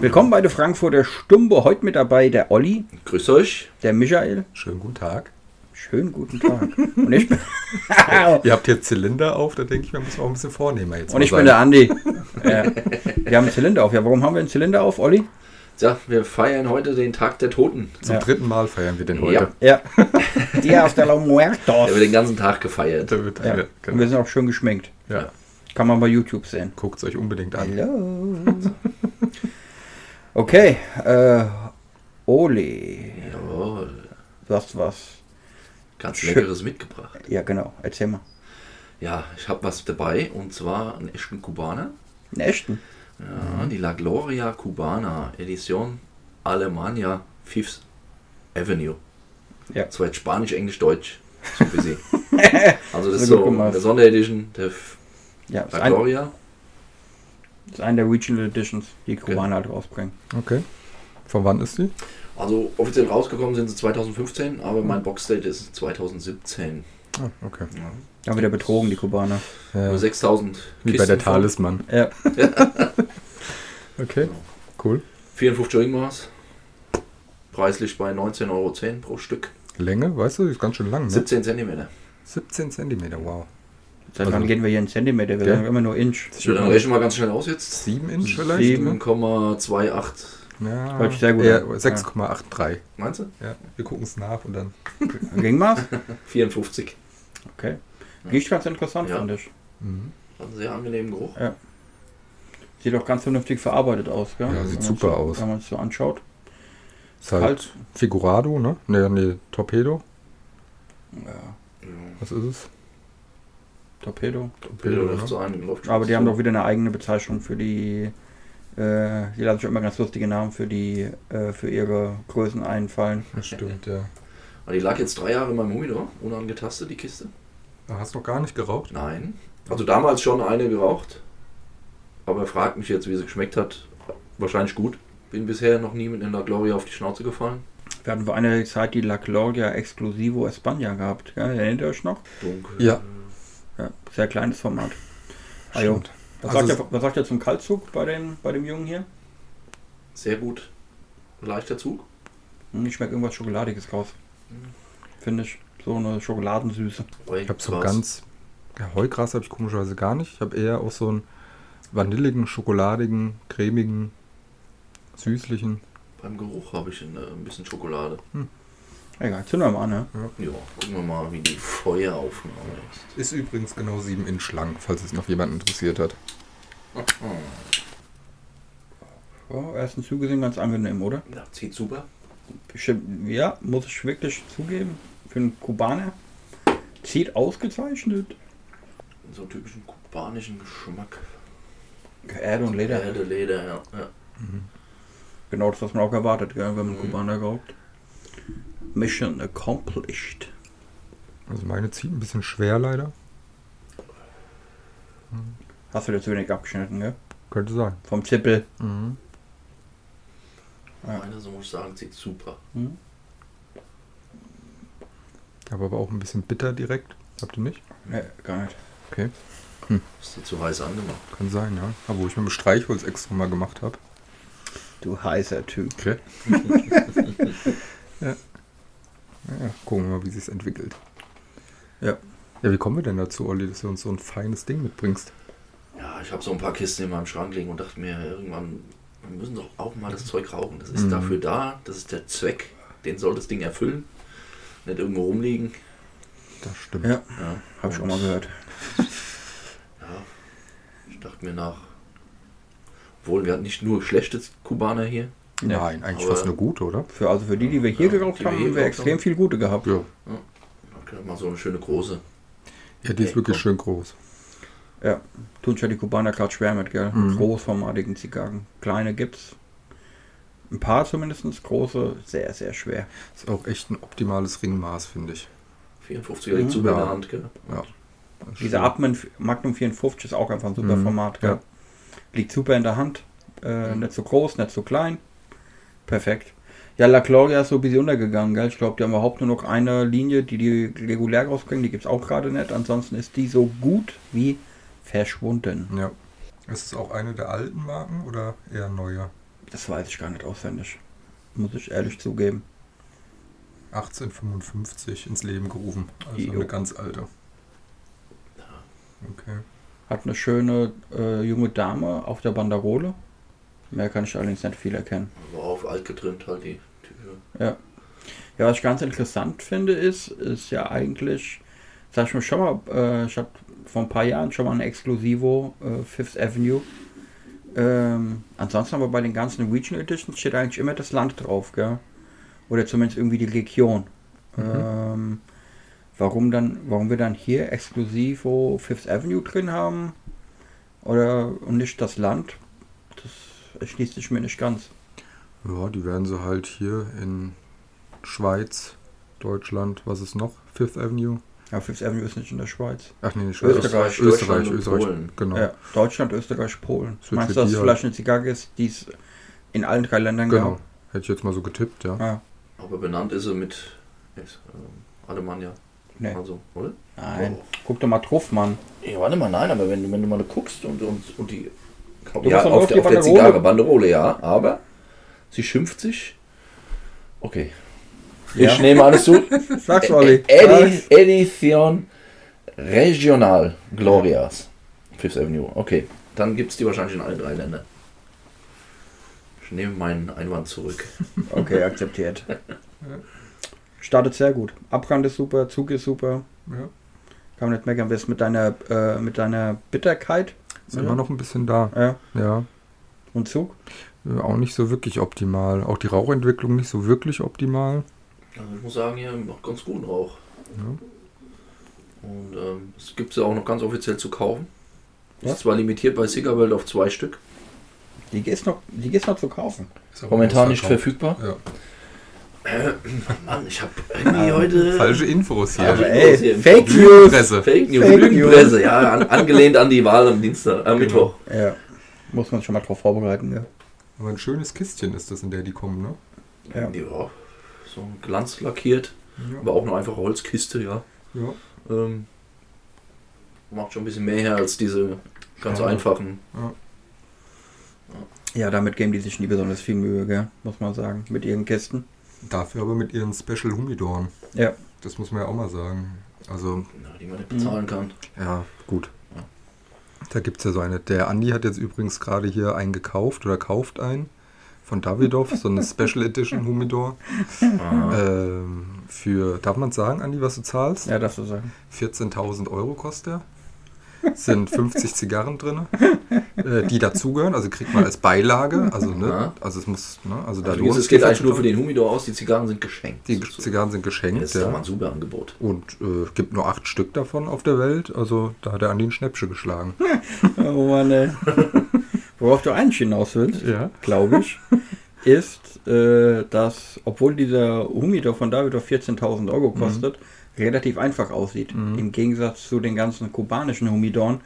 Willkommen bei der Frankfurter Stumbo. Heute mit dabei der Olli, Grüß euch. der Michael. Schönen guten Tag. Schönen guten Tag. Und ich bin, Ihr habt hier Zylinder auf, da denke ich, man muss auch ein bisschen vornehmer jetzt und mal ich bin der Andi. Ja. Wir haben einen Zylinder auf. Ja, warum haben wir einen Zylinder auf, Olli? Tja, wir feiern heute den Tag der Toten. Zum Ja. dritten Mal feiern wir den heute. Ja. Ja. Dia hasta la muertos. Der wird den ganzen Tag gefeiert. Da wird Ja. eine, Und genau. wir sind auch schön geschminkt. ja. Kann man bei YouTube sehen. Guckt es euch unbedingt an. Hallo. Okay, äh, Oli, Jawohl. was, was? Ganz Schön. Leckeres mitgebracht. Ja, genau, erzähl mal. Ja, ich habe was dabei und zwar einen echten Kubaner. Einen echten. Mhm. Ja, die La Gloria Cubana Edition Alemania Fifth Avenue. Ja. Das war jetzt Spanisch, Englisch, Deutsch. So für sie. Also das ist Sehr gut so gemacht. eine Sonderedition der F- Ja, ist La ein, Gloria. ist ein der Regional Editions, die Kubaner halt rausbringen. Okay. Von wann ist die? Also offiziell rausgekommen sind sie 2015, aber Mhm. mein Boxdate ist 2017. Ah, okay. Haben wieder betrogen, die Kubaner. Ja. Nur 6000 Wie bei der von Talisman. Ja, Okay. Cool. 54 irgendwas. Preislich bei 19,10 Euro pro Stück. Länge, weißt du, die ist ganz schön lang, ne? 17 Zentimeter. 17 Zentimeter, wow. seit wann Also- gehen wir hier in Zentimeter? Wir Ja. sagen immer nur Inch. Ich will dann rechnen mal ganz schnell aus jetzt. 7 Inch vielleicht? Sieben. ne? 7,28. Ja. Hört sich sehr gut eher an. 6,83. Meinst du? Ja. Wir gucken es nach und dann. Ging mal? 54. Okay. Riecht ganz interessant, Ja. fand ich. Hat Mhm. einen Also sehr angenehmen Geruch. Sieht auch ganz vernünftig verarbeitet aus, gell? Ja, sieht Wenn man's super so, aus. Wenn man es so anschaut. Ist halt Kalt. Figurado, ne? Ne, ne, Torpedo. Ja, Ja. Was ist es? Torpedo. Bilder läuft ne? so ein, läuft Aber die so. haben doch wieder eine eigene Bezeichnung für die. Äh, die lassen schon immer ganz lustige Namen für die, äh, für ihre Größen einfallen. Das stimmt, ja. Aber Die lag jetzt drei Jahre in meinem Humidor, unangetastet, die Kiste. Ah, Hast du noch gar nicht geraucht? Nein. Also damals schon eine geraucht. Aber fragt mich jetzt, wie sie geschmeckt hat. Wahrscheinlich gut. Bin bisher noch nie mit einer La Gloria auf die Schnauze gefallen. Wir hatten vor einer Zeit die La Gloria Exclusivo España gehabt, gell? erinnert ihr euch noch? Dunkel. Ja. Ja, sehr kleines Format. Ah, jo. Stimmt. Was, Also sagt ihr, was sagt ihr zum Kaltzug bei dem, bei dem Jungen hier? Sehr gut. Leichter Zug. Hm, ich schmecke irgendwas Schokoladiges raus. Finde ich. So eine Schokoladensüße. Ui, Ich habe so krass. ganz. Ja, Heugras habe ich komischerweise gar nicht. Ich habe eher auch so einen vanilligen, schokoladigen, cremigen, süßlichen. Beim Geruch habe ich ein, äh, ein bisschen Schokolade. Egal, zünden wir mal an, ne? Ja, gucken wir mal, wie die Feueraufnahme ist. Ist übrigens genau 7 Inch lang, falls es noch jemand interessiert hat. Ja, ersten Züge sind ganz angenehm, oder? Ja, zieht super. Bestimmt- Ja, muss ich wirklich zugeben. Für einen Kubaner zieht ausgezeichnet. So einen typischen kubanischen Geschmack. Erde und Leder. Erde, Leder, ja. ja. Genau das, was man auch erwartet, gell, wenn man Mhm. Kubaner raubt. Mission accomplished. Also meine zieht ein bisschen schwer leider. Hast du dir zu wenig abgeschnitten, gell? Könnte sein. Vom Zippel. Mhm. Ja. Meine, so muss ich sagen, zieht super. Hm? Aber, aber auch ein bisschen bitter direkt. Habt ihr nicht? Ne, gar nicht. Okay. Ist die zu heiß angemacht. Kann sein, ja. Aber wo ich mit dem Streichholz extra mal gemacht habe. Du heißer Typ. Okay. ja. ja. Gucken wir mal, wie sich's entwickelt. Ja. Ja, wie kommen wir denn dazu, Olli, dass du uns so ein feines Ding mitbringst? Ja, ich habe so ein paar Kisten in meinem Schrank liegen und dachte mir, irgendwann, wir müssen doch auch mal das Zeug rauchen. Das ist Mhm. dafür da, das ist der Zweck. Den soll das Ding erfüllen. Nicht irgendwo rumliegen. Das stimmt. Ja, Ja. hab ich auch mal gehört. Ja, ich dachte mir nach. Obwohl, wir hatten nicht nur schlechte Kubaner hier. Ja. Nein, eigentlich Aber- fast nur gut, oder? Für, also für die, die wir hier Ja, geraucht die wir haben, hier haben wir geraucht extrem haben. viel gute gehabt. Ja. Man könnte mal so eine schöne große. Ja, die ist Ey, wirklich komm. schön groß. Ja, tun sich ja die Kubaner gerade schwer mit, gell? Mhm. Großformatigen Zigarren. Kleine gibt's. Ein paar zumindest, große sehr, sehr schwer. Ist auch echt ein optimales Ringmaß, finde ich. 54er liegt Mhm. super in Ja. der Hand, gell? Diese Atmen Magnum 54 ist auch einfach ein super Mhm, Format, gell? ja. Mhm. Liegt super in der Hand. Äh, Nicht so groß, nicht so klein. Perfekt. Ja, La Gloria ist so ein bisschen untergegangen, gell? Ich glaube, die haben überhaupt nur noch eine Linie, die die regulär rausbringen. Die gibt's auch gerade nicht. Ansonsten ist die so gut wie verschwunden. Ja. Ist es auch eine der alten Marken oder eher neue? Das weiß ich gar nicht auswendig. Muss ich ehrlich zugeben. 1855 ins Leben gerufen. Also Jo. eine ganz alte. Okay. Hat eine schöne äh, junge Dame auf der Banderole. Mehr kann ich allerdings nicht viel erkennen. War auf alt getrimmt halt die Tür. Ja, was ich ganz interessant finde, ist, ist ja eigentlich, sag ich mir schon mal, äh, ich habe vor ein paar Jahren schon mal eine Exclusivo äh, Fifth Avenue. Ähm, ansonsten aber bei den ganzen Regional Editions steht eigentlich immer das Land drauf, gell? Oder zumindest irgendwie die Region. Mhm. Ähm, warum dann, warum wir dann hier Exclusivo Fifth Avenue drin haben oder und nicht das Land, das erschließt sich mir nicht ganz. Ja, die werden sie halt hier in Schweiz, Deutschland, was ist noch? Fifth Avenue? Ja, Fifth Avenue ist nicht in der Schweiz. Ach nee, nicht Schweiz. Österreich, Also Deutschland Österreich, und Österreich, Polen. genau. Ja, Deutschland, Österreich, Polen. Das wird Meinst für du, dass die es halt- vielleicht eine Zigarre ist, die es in allen drei Ländern Genau. gab? Hätte ich jetzt mal so getippt, ja. Ah, Aber benannt ist er mit ist, ähm, Alemannia. nee. Also, oder? Nein. Oh. Guck doch mal drauf, Mann. Ja, warte mal, nein, aber wenn, du- wenn du mal guckst und, und, und die. Du ja, machst doch auf, auf der, die auf der Banderole. Zigarre, Banderole, ja, aber sie schimpft sich. Okay. Ja. Ich nehme alles zu. Sag's, Olli. Edi, Edition Regional Glorias. Fifth Avenue. Okay, dann gibt es die wahrscheinlich in allen drei Ländern. Ich nehme meinen Einwand zurück. Sag's. Okay, akzeptiert. Startet sehr gut. Abbrand ist super, Zug ist super. ja. Kann man nicht meckern. Bist mit deiner, äh, mit deiner Bitterkeit Ist immer noch ein bisschen da. ja, Ja. und Zug. Äh, Auch nicht so wirklich optimal. Auch die Rauchentwicklung nicht so wirklich optimal. Also ich muss sagen, hier macht ganz guten Rauch. Ja. Und ähm, es gibt sie auch noch ganz offiziell zu kaufen. Was? Ist zwar limitiert bei Cigarwelt auf zwei Stück. Die ist noch, die ist noch zu kaufen. Ist aber Momentan nicht verfügbar. ausverkauft. Äh, Ja. Mann, ich habe irgendwie Ah, heute Falsche Infos hier. Aber Aber Ja, Also, ey, hier im Fake News. Genau. Presse. Fake News, Fake Lügenpresse, ja, an, angelehnt an die Wahl am Dienstag, am Mittwoch. Ja, muss man sich schon mal drauf vorbereiten. Ja. Aber ein schönes Kistchen ist das, in der die kommen, ne? Ja. Ja, so glanzlackiert, Ja. aber auch eine einfache Holzkiste, ja. ja. Ähm, macht schon ein bisschen mehr her als diese ganz Ja. einfachen. ja, damit geben die sich nie besonders viel Mühe, gell? muss man sagen, mit ihren Kisten. Dafür aber mit ihren Special Humidoren. Ja. Das muss man ja auch mal sagen. Also, na, die man nicht bezahlen kann. ja, gut. Ja. Da gibt es ja so eine. Der Andi hat jetzt übrigens gerade hier einen gekauft oder kauft einen von Davidoff, so eine Special Edition Humidor. Ah, Also, Ähm, für, darf man sagen, Andi, was du zahlst? Ja, darfst du sagen. 14.000 Euro kostet er. Sind 50 Zigarren drin, äh, die dazugehören. Also kriegt man als Beilage. Also, ne, Ja. also es muss, ne, also da Also, wie lohnt gesagt, es sich geht die eigentlich nur für 14.000. den Humidor aus, die Zigarren sind geschenkt. Die sozusagen. Zigarren sind Das geschenkt. ist doch mal Ja. ein super Angebot. Und äh, gibt nur acht Stück davon auf der Welt. Also da hat er an den Schnäppsche geschlagen. Oh Mann, ey. Worauf du eigentlich hinaus willst, Ja. glaube ich, ist, äh, dass, obwohl dieser Humidor von David auf 14.000 Euro kostet, relativ einfach aussieht. Mhm. Im Gegensatz zu den ganzen kubanischen Humidoren,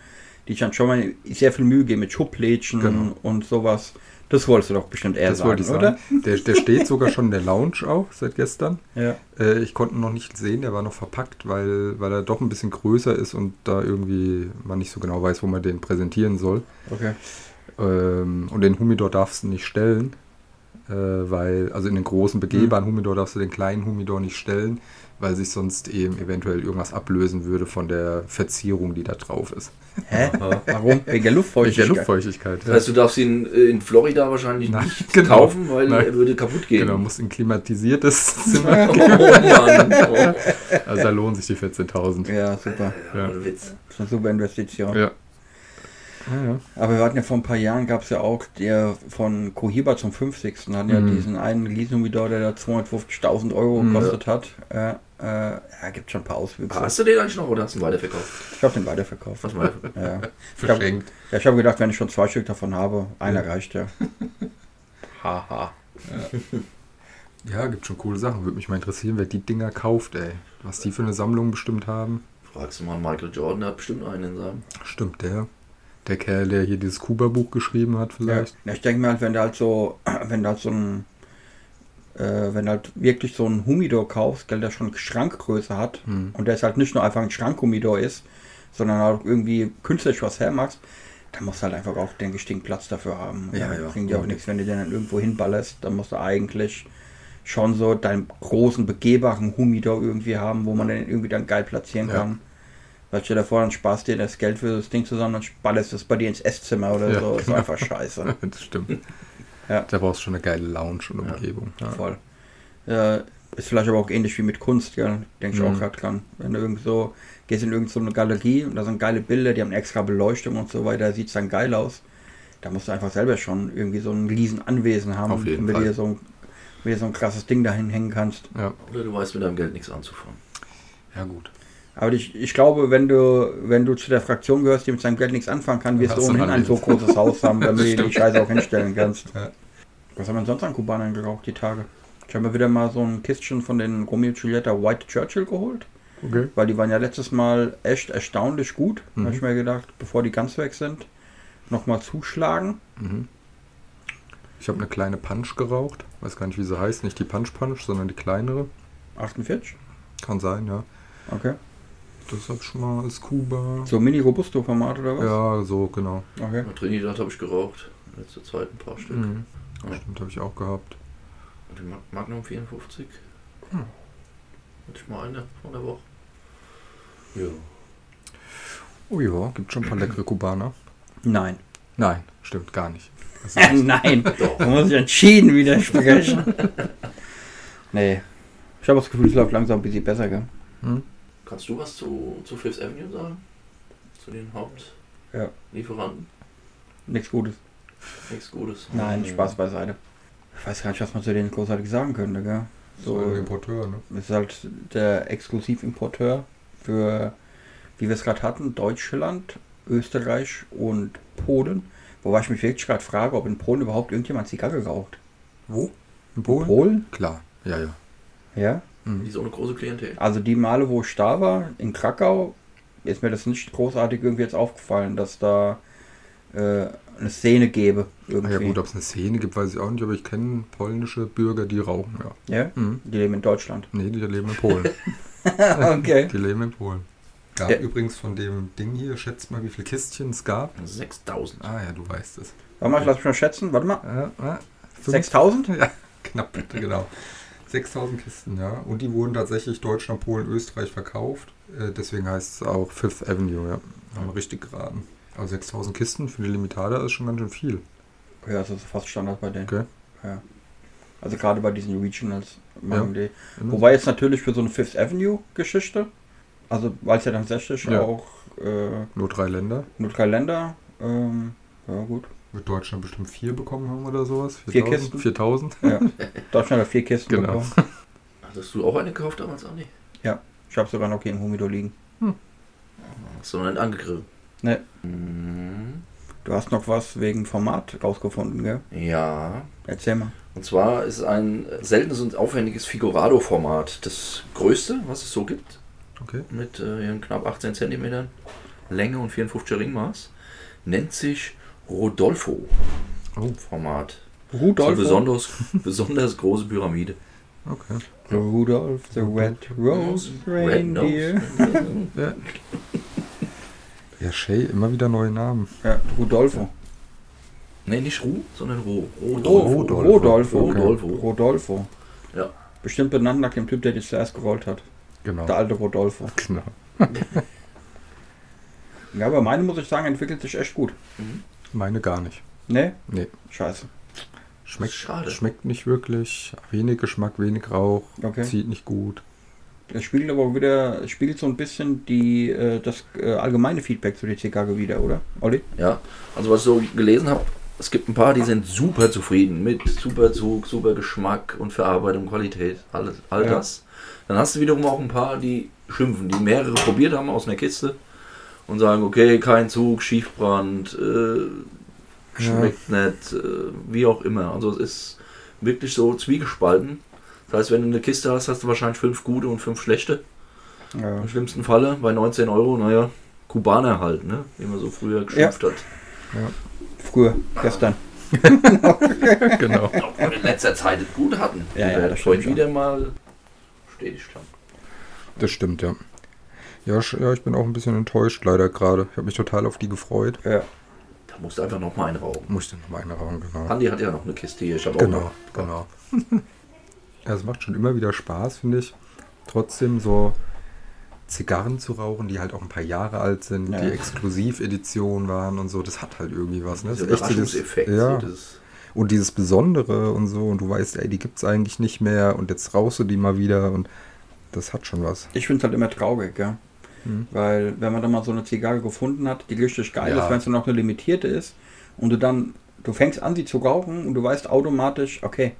die ich dann schon mal sehr viel Mühe geben mit Schublädchen Genau. und sowas. Das wolltest du doch bestimmt eher das sagen, wollte ich oder? sagen. Der, der steht sogar schon in der Lounge auch seit gestern. Ja. Äh, ich konnte ihn noch nicht sehen, der war noch verpackt, weil, weil er doch ein bisschen größer ist und da irgendwie man nicht so genau weiß, wo man den präsentieren soll. Okay. Ähm, und den Humidor darfst du nicht stellen, äh, weil, also in den großen begehbaren Humidor darfst du den kleinen Humidor nicht stellen, weil sich sonst eben eventuell irgendwas ablösen würde von der Verzierung, die da drauf ist. Hä? Warum? Wegen der Luftfeuchtigkeit. Wegen der Luftfeuchtigkeit. Das heißt, du darfst ihn äh, in Florida wahrscheinlich Nein, nicht genau. kaufen, weil Nein. er würde kaputt gehen. Genau, muss in klimatisiertes Zimmer. Oh Mann. Oh. Also da lohnen sich die 14.000. Ja, super. Ja, ein Witz. Das ist eine super Investition. Ja. Ja, ja. Aber wir hatten ja vor ein paar Jahren, gab es ja auch der von Cohiba zum 50. hatten ja Mhm. diesen einen Riesenhumidor, der da 250.000 Euro Mhm. gekostet hat. Äh, äh, ja, gibt schon ein paar Auswüchse. Hast du den eigentlich noch oder hast du ihn weiterverkauft? Ich habe den weiterverkauft. Was mal. verkauft? Ja. Ich habe Verschenkt. ja, ich hab gedacht, wenn ich schon zwei Stück davon habe, einer reicht ja. Haha. Ja, gibt schon coole Sachen. Würde mich mal interessieren, wer die Dinger kauft, ey. Was die für eine Sammlung bestimmt haben. Fragst du mal, Michael Jordan der hat bestimmt einen in seinem. Stimmt, der. Der Kerl, der hier dieses Kuba-Buch geschrieben hat, ja. vielleicht. ja ich denke mal, wenn du halt so, wenn du halt so ein, äh, wenn du halt wirklich so einen Humidor kaufst, gell, der schon Schrankgröße hat, Hm. und der ist halt nicht nur einfach ein Schrankhumidor ist, sondern auch irgendwie künstlerisch was hermacht, Da musst du halt einfach auch den richtigen Platz dafür haben. Ja, ja. Bringt ja auch nichts, wenn du den dann irgendwo hinballerst. Dann musst du eigentlich schon so deinen großen, begehbaren Humidor irgendwie haben, wo man den irgendwie dann geil platzieren Ja. kann. Weil stell dir vor, dann sparst dir das Geld für das Ding zusammen, dann ballerst du es bei dir ins Esszimmer oder Ja, so. Ist genau. einfach scheiße. das stimmt. Ja. Da brauchst du schon eine geile Lounge und Ja. Umgebung. Ja. Voll. Äh, ist vielleicht aber auch ähnlich wie mit Kunst, gell? denke ich Mhm. auch gerade dran. Wenn du irgend so, gehst in irgendeine so eine Galerie und da sind geile Bilder, die haben extra Beleuchtung und so weiter, sieht es dann geil aus. Da musst du einfach selber schon irgendwie so ein riesen Anwesen haben, Auf jeden damit Fall. du dir so ein, damit du so ein krasses Ding dahin hängen kannst. Oder du weißt mit deinem Geld nichts anzufangen. ja, gut. Aber ich, ich glaube, wenn du, wenn du zu der Fraktion gehörst, die mit seinem Geld nichts anfangen kann, wirst du Hast du ohnehin ein so Anwesen. großes Haus haben, damit du die Stimmt. Scheiße auch hinstellen kannst. Ja. Was haben wir denn sonst an Kubanern geraucht die Tage? Ich habe mir wieder mal so ein Kistchen von den Romeo und Julietta White Churchill geholt, Okay. weil die waren ja letztes Mal echt erstaunlich gut. Da Mhm. habe ich mir gedacht, bevor die ganz weg sind, nochmal zuschlagen. Mhm. Ich habe eine kleine Punch geraucht. Weiß gar nicht, wie sie heißt. Nicht die Punch Punch, sondern die kleinere. 48? Kann sein, ja. Okay. Das hab ich schon mal als Kuba. So Mini-Robusto-Format oder was? Ja, so, genau. Okay. Und Trinidad habe ich geraucht. in letzter Zeit ein paar Stück. Mhm. Ja. Stimmt, habe ich auch gehabt. Und die Mag- Magnum 54. Hm. Hatte ich mal eine von der Woche. Ja. Oh ja, gibt schon ein paar leckere Kubaner. Nein. Nein, stimmt gar nicht. Das ist- Nein. Doch. Da muss ich entschieden widersprechen. nee. Ich habe das Gefühl, es läuft langsam ein bisschen besser, gell? Hm? Kannst du was zu, zu Fifth Avenue sagen? Zu den Ja. Hauptlieferanten? Nichts Gutes. Nichts Gutes. Hm. Nein, Spaß beiseite. Ich weiß gar nicht, was man zu denen großartig sagen könnte, gell? So ein Importeur, ne? ist halt der Exklusivimporteur für, wie wir es gerade hatten, Deutschland, Österreich und Polen. Wobei ich mich wirklich gerade frage, ob in Polen überhaupt irgendjemand Zigarre raucht. Wo? In Polen? Polen? Klar, ja, ja. Ja. Die Mhm. ist auch eine große Klientel. Also die Male, wo ich da war, in Krakau, ist mir das nicht großartig irgendwie jetzt aufgefallen, dass da äh, eine Szene gäbe. Ah Irgendwie. ja gut, ob es eine Szene gibt, weiß ich auch nicht, aber ich kenne polnische Bürger, die rauchen, ja. Ja? Mhm. Die leben in Deutschland. Nee, die leben in Polen. okay. Die leben in Polen. Gab Ja. übrigens von dem Ding hier, schätzt mal, wie viele Kistchen es gab. 6000. Ah ja, du weißt es. Warte mal, lass mich mal schätzen. Warte mal. Äh, äh, fünf- 6000? Ja, knapp, genau. 6000 Kisten, ja. Und die wurden tatsächlich Deutschland, Polen, Österreich verkauft. Äh, deswegen heißt es auch Fifth Avenue, ja. Haben wir richtig geraten. Aber 6000 Kisten für die Limitada ist schon ganz schön viel. Ja, das ist fast Standard bei denen. Okay. Ja. Also gerade bei diesen Regionals machen die. Immer Wobei jetzt natürlich für so eine Fifth Avenue-Geschichte, also weil es ja dann tatsächlich Ja. auch äh, Nur drei Länder. nur drei Länder, ähm, ja gut. Wird Deutschland bestimmt vier bekommen haben oder sowas? Vier 4000? Kisten? 4000? Ja. Deutschland hat vier Kisten Genau. bekommen. Hattest du auch eine gekauft damals, Andi? Ich habe sogar noch hier im Humidor liegen. Hast du noch nicht angegriffen? Nee. Mhm. Du hast noch was wegen Format rausgefunden, gell? Ja. Erzähl mal. Und zwar ist es ein seltenes und aufwendiges Figurado-Format. Das größte, was es so gibt, Okay. mit äh, ihren knapp 18 cm Länge und 54 Ringmaß, nennt sich Rodolfo-Format. Oh. Das ist Rudolf. eine besonders, besonders große Pyramide. Okay. Rudolph the Red Rose Reindeer. Nose. Ja, Shay, immer wieder neue Namen. Ja, Rudolfo. nee, nicht Ru, sondern Ro. Rodolfo. Rodolfo. Rodolfo. Okay. Rodolfo. Rodolfo. Ja. Bestimmt benannt nach dem Typ, der dich zuerst gerollt hat. Genau. Der alte Rodolfo. Genau. Ja, aber meine, muss ich sagen, entwickelt sich echt gut. Meine gar nicht. Ne? Nee. Scheiße. Schmeckt, Schade. schmeckt nicht wirklich. Wenig Geschmack, wenig Rauch. Okay. Zieht nicht gut. Das spiegelt aber auch wieder, es spiegelt so ein bisschen die, äh, das äh, allgemeine Feedback zu der Zigarre wieder, oder? Olli? Ja, also was ich so gelesen habe, es gibt ein paar, die sind super zufrieden mit super Zug, super Geschmack und Verarbeitung, Qualität, alles, all Ja. das. Dann hast du wiederum auch ein paar, die schimpfen, die mehrere probiert haben aus einer Kiste und sagen, okay, kein Zug, Schiefbrand, äh, schmeckt nicht, äh, wie auch immer. Also es ist wirklich so zwiegespalten. Das heißt, wenn du eine Kiste hast, hast du wahrscheinlich fünf gute und fünf schlechte. Ja. Im schlimmsten Falle bei 19 Euro, naja, Kubaner halt, ne? wie man so früher geschimpft hat. Früher, gestern. genau. Auch in letzter Zeit es gut hatten. Ja, ja, Äh, das heute stimmt wieder mal stetig klar. Das stimmt, ja. Ja, sch- ja, ich bin auch ein bisschen enttäuscht leider gerade. Ich habe mich total auf die gefreut. Äh, Ja. Da musst du einfach noch mal einrauben. Muss ich dann nochmal einrauen, genau. Andi hat ja noch eine Kiste hier. Ich habe auch Genau, noch. genau. Ja, es macht schon immer wieder Spaß, finde ich. Trotzdem so Zigarren zu rauchen, die halt auch ein paar Jahre alt sind, Ja. die Exklusivedition waren und so, das hat halt irgendwie was. Ne? Das Dieser ist echt so dieses- Überraschungseffekt. Ja, so dieses- und dieses Besondere und so, und du weißt, ey, die gibt's eigentlich nicht mehr und jetzt rauchst du die mal wieder und das hat schon was. Ich finde es halt immer traurig, ja. Mhm. Weil, wenn man dann mal so eine Zigarre gefunden hat, die richtig geil Ja. ist, wenn es dann noch eine limitierte ist und du dann, du fängst an, sie zu rauchen und du weißt automatisch, okay,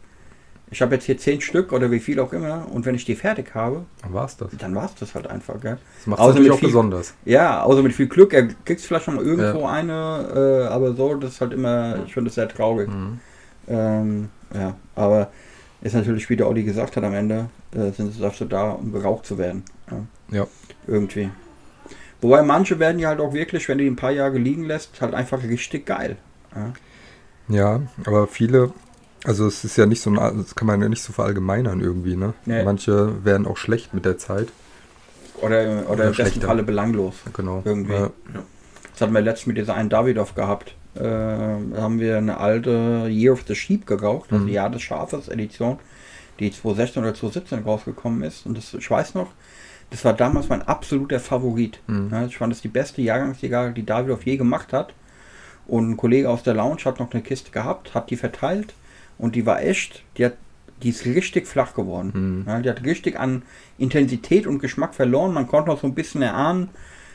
ich habe jetzt hier zehn Stück oder wie viel auch immer und wenn ich die fertig habe, Dann war's das. dann war es das halt einfach, gell? Das macht Außer natürlich mit auch viel- besonders. Ja, außer mit viel Glück, er kriegt vielleicht noch mal irgendwo eine, äh, aber so, das ist halt immer, ich finde das sehr traurig. Mhm. Ähm, ja, aber ist natürlich, wie der Olli gesagt hat, am Ende äh, sind sie dafür da, um geraucht zu werden. Ja. Ja. Irgendwie. Wobei manche werden ja halt auch wirklich, wenn du die ein paar Jahre liegen lässt, halt einfach richtig geil. Ja, aber viele, also es ist ja nicht so, ein, das kann man ja nicht so verallgemeinern irgendwie, ne? Nee. Manche werden auch schlecht mit der Zeit. Oder, oder, Oder im besten schlechter. Falle belanglos. Genau. Irgendwie. Ja, Das hatten wir letztens mit dieser einen Davidoff gehabt. Äh, da haben wir eine alte Year of the Sheep geraucht, also Mhm. Jahr des Schafes Edition, die 2016 oder 2017 rausgekommen ist. Und das, ich weiß noch, das war damals mein absoluter Favorit. Mhm. Ja, ich fand das die beste Jahrgangszigarre, die Davidoff je gemacht hat. Und ein Kollege aus der Lounge hat noch eine Kiste gehabt, hat die verteilt und die war echt, die, hat, die ist richtig flach geworden. Mhm. Ja, die hat richtig an Intensität und Geschmack verloren. Man konnte noch so ein bisschen erahnen,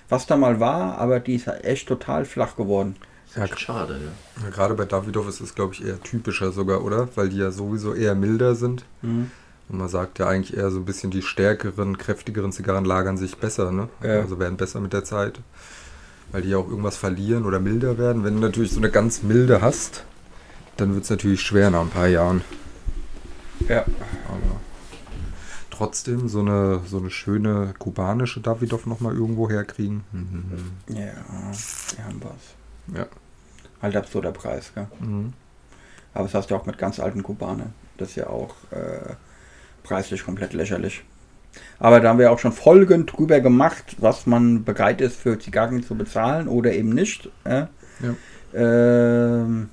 was da mal war, aber die ist echt total flach geworden. Das ist echt schade, ja. Ja, gerade bei Davidoff ist es, glaube ich, eher typischer sogar, oder? Weil die ja sowieso eher milder sind. Und man sagt ja eigentlich eher so ein bisschen, die stärkeren, kräftigeren Zigarren lagern sich besser, ne? Ja. Also werden besser mit der Zeit. Weil die ja auch irgendwas verlieren oder milder werden. Wenn du natürlich so eine ganz milde hast, dann wird es natürlich schwer nach ein paar Jahren. Ja. Aber trotzdem so eine, so eine schöne kubanische Davidoff nochmal irgendwo herkriegen. Mhm. Ja, die haben was. Ja. Halt absurder Preis, gell? Mhm. Aber das hast du auch mit ganz alten Kubanern. Das ist ja auch äh, preislich komplett lächerlich. Aber da haben wir auch schon Folgen drüber gemacht, was man bereit ist für Zigarren zu bezahlen oder eben nicht. Äh? Ja. Ähm,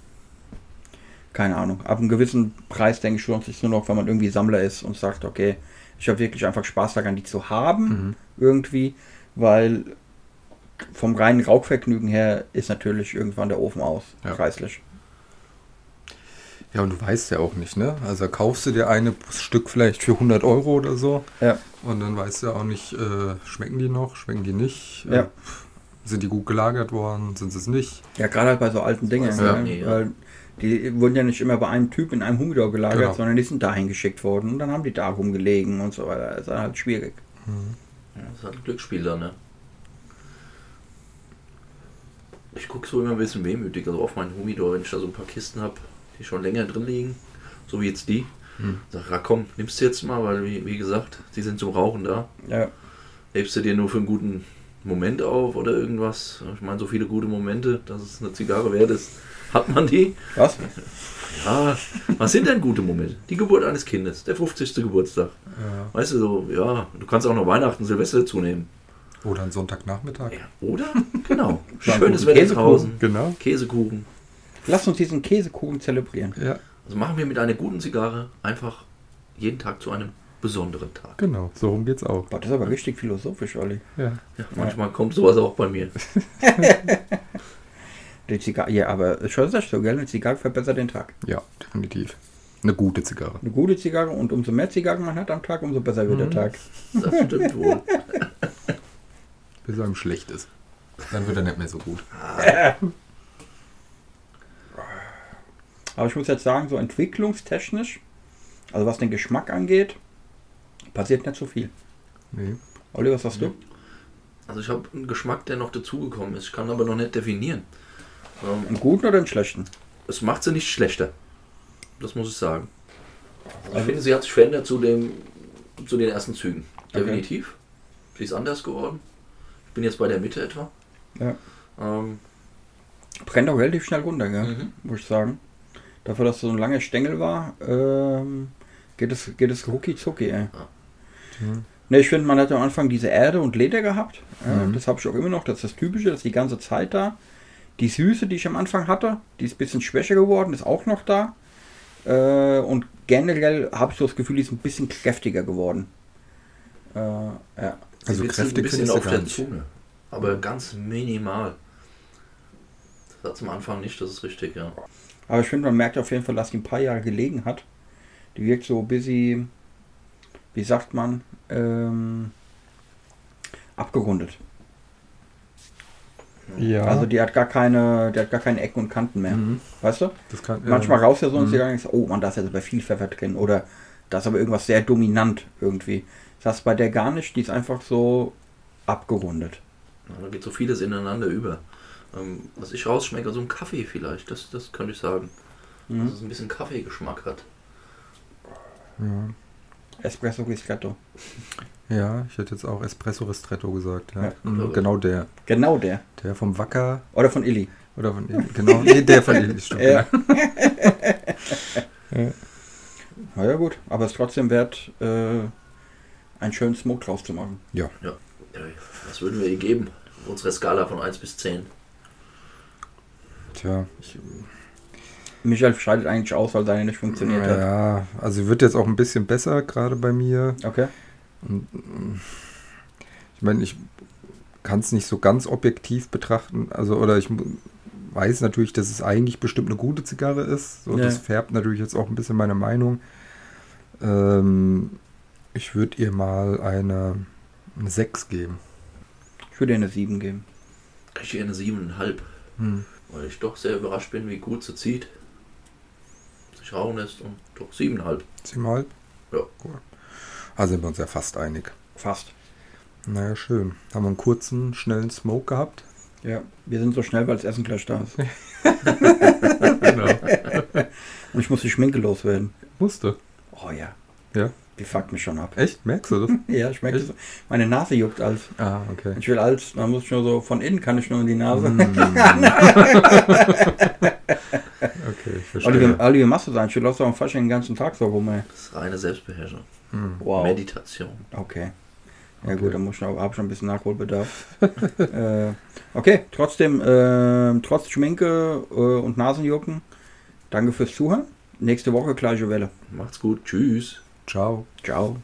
keine Ahnung. Ab einem gewissen Preis, denke ich, lohnt sich nur noch, wenn man irgendwie Sammler ist und sagt, okay, ich habe wirklich einfach Spaß daran, die zu haben Mhm. irgendwie, weil vom reinen Rauchvergnügen her ist natürlich irgendwann der Ofen aus, Ja. preislich. Ja, und du weißt ja auch nicht, ne? Also kaufst du dir eine Stück vielleicht für 100 Euro oder so. Ja. Und dann weißt du auch nicht, äh, schmecken die noch, schmecken die nicht. Ja. Äh, sind die gut gelagert worden, sind sie es nicht? Ja, gerade halt bei so alten Dingen. weiß ne? man nie, ja. Weil die wurden ja nicht immer bei einem Typ in einem Humidor gelagert, Genau. sondern die sind dahin geschickt worden und dann haben die da rumgelegen und so weiter. Das ist dann halt schwierig. Ja, Das ist halt ein Glücksspiel dann, ne? Ich gucke so immer ein bisschen wehmütig, also auf meinen Humidor, wenn ich da so ein paar Kisten habe, die schon länger drin liegen, so wie jetzt die. Hm. Sag, na komm, nimmst du jetzt mal, weil wie, wie gesagt, die sind zum Rauchen da. Ja, Hebst du dir nur für einen guten Moment auf oder irgendwas? Ich meine, so viele gute Momente, dass es eine Zigarre wert ist, hat man die. was? Ja, was sind denn gute Momente? Die Geburt eines Kindes, der 50. Geburtstag. Ja. Weißt du, so, ja, du kannst auch noch Weihnachten, Silvester dazu nehmen. Oder ein Sonntagnachmittag. Ja, oder? Genau. Ja, Schönes guten Wetter Käsekuchen. draußen. Genau. Käsekuchen. Lass uns diesen Käsekuchen zelebrieren. Ja, Also machen wir mit einer guten Zigarre einfach jeden Tag zu einem besonderen Tag. genau. So rum geht's auch. Boah, das ist aber richtig philosophisch, Olli. Ja. Ja, manchmal kommt sowas auch bei mir. Die Zigarre, ja, aber schon ist das so, gell? Eine Zigarre verbessert den Tag. ja, definitiv. Eine gute Zigarre. Eine gute Zigarre und umso mehr Zigarren man hat am Tag, umso besser wird der Mhm. Tag. Das stimmt wohl. Bis er ihm schlecht ist. Dann wird er nicht mehr so gut. Aber ich muss jetzt sagen, so entwicklungstechnisch, also was den Geschmack angeht, passiert nicht so viel. Nee. Olli, was sagst du? Also ich habe einen Geschmack, der noch dazugekommen ist. Ich kann aber noch nicht definieren. Ähm, Einen guten oder einen schlechten? es macht sie nicht schlechter. Das muss ich sagen. Also ich Also- finde, sie hat sich verändert zu, dem, zu den ersten Zügen. Okay. Definitiv. Sie ist anders geworden. Ich bin jetzt bei der Mitte etwa. Ja. Ähm, Brennt auch relativ schnell runter, gell? Mhm. muss ich sagen. Dafür, dass so ein langer Stängel war, ähm, geht es, geht es rucki zucki, ey. Mhm. Ne, ich finde, man hat am Anfang diese Erde und Leder gehabt. Ja, Mhm. Das habe ich auch immer noch. Das ist das Typische, das ist die ganze Zeit da. Die Süße, die ich am Anfang hatte, die ist ein bisschen schwächer geworden, ist auch noch da. Äh, und generell habe ich so das Gefühl, die ist ein bisschen kräftiger geworden. Äh, ja. Also Die Witze kräftig ein bisschen findest du auf gar der nicht. Zunge. Aber ganz minimal. Das hat's am Anfang nicht, das ist richtig, ja. Aber ich finde, man merkt auf jeden Fall, dass die ein paar Jahre gelegen hat. Die wirkt so busy, wie sagt man, ähm, abgerundet. Ja. Also die hat gar keine, die hat gar keine Ecken und Kanten mehr. mhm. Weißt du? das kann, äh, Manchmal raus ja so und Mhm. sie sagen, oh man, da ist jetzt aber viel Pfeffer drin oder da ist aber irgendwas sehr dominant irgendwie. Das heißt bei der gar nicht, die ist einfach so abgerundet. Ja, Da geht so vieles ineinander über. Ähm, was ich rausschmecke, so ein Kaffee vielleicht, das, das könnte ich sagen. Dass Mhm. es ein bisschen Kaffeegeschmack hat. Ja. Espresso Riscatto. ja, ich hätte jetzt auch Espresso Ristretto gesagt. Ja. Ja, Mhm, glaube ich. genau der. Genau der. Der vom Wacker Oder von Illy. oder von. Genau, nee, der von Edel, stimmt. Ja. Ja. Na ja gut, aber es ist trotzdem wert, äh, einen schönen Smoke draus zu machen. Ja, was würden wir ihr geben? Unsere Skala von 1 bis 10. Tja. Michael scheidet eigentlich aus, weil seine nicht funktioniert hat. Ja, also wird jetzt auch ein bisschen besser, gerade bei mir. Okay. Und, ähm, Ich meine, ich kann es nicht so ganz objektiv betrachten. Also, oder ich mu- weiß natürlich, dass es eigentlich bestimmt eine gute Zigarre ist. So, Ja. Das färbt natürlich jetzt auch ein bisschen meine Meinung. Ähm, ich würde ihr mal eine, eine 6 geben. Ich würde ihr eine 7 geben. Ich eher eine 7,5, Hm. weil ich doch sehr überrascht bin, wie gut sie zieht. Sich rauchen lässt und doch 7,5. Siebenhalb? Ja. Gut. Also sind wir uns ja fast einig. Fast. Naja, schön. Haben wir einen kurzen, schnellen Smoke gehabt. Ja. Wir sind so schnell, weil das Essen gleich da ist. Genau. Und ich muss die Schminke loswerden. Musste. Oh ja. Ja. Die fuckt mich schon ab. Echt? Merkst du das? Ja, ich merke Echt? das. Meine Nase juckt als. ah, okay. Hm. Ich will als, dann muss ich nur so von innen kann ich nur in die Mhm. Nase. okay, ich Oliver, verstehe. Oliver, machst du sein? Ich lasse am Fasching den ganzen Tag so rum, ey. Das ist reine Selbstbeherrschung. Hm. Wow. Meditation. Okay. Ja Okay. gut, dann muss ich noch, hab schon ein bisschen Nachholbedarf. äh, okay, trotzdem, ähm, trotz Schminke äh, und Nasenjucken, danke fürs Zuhören. Nächste Woche gleiche Welle. Macht's gut. Tschüss. Ciao. Ciao.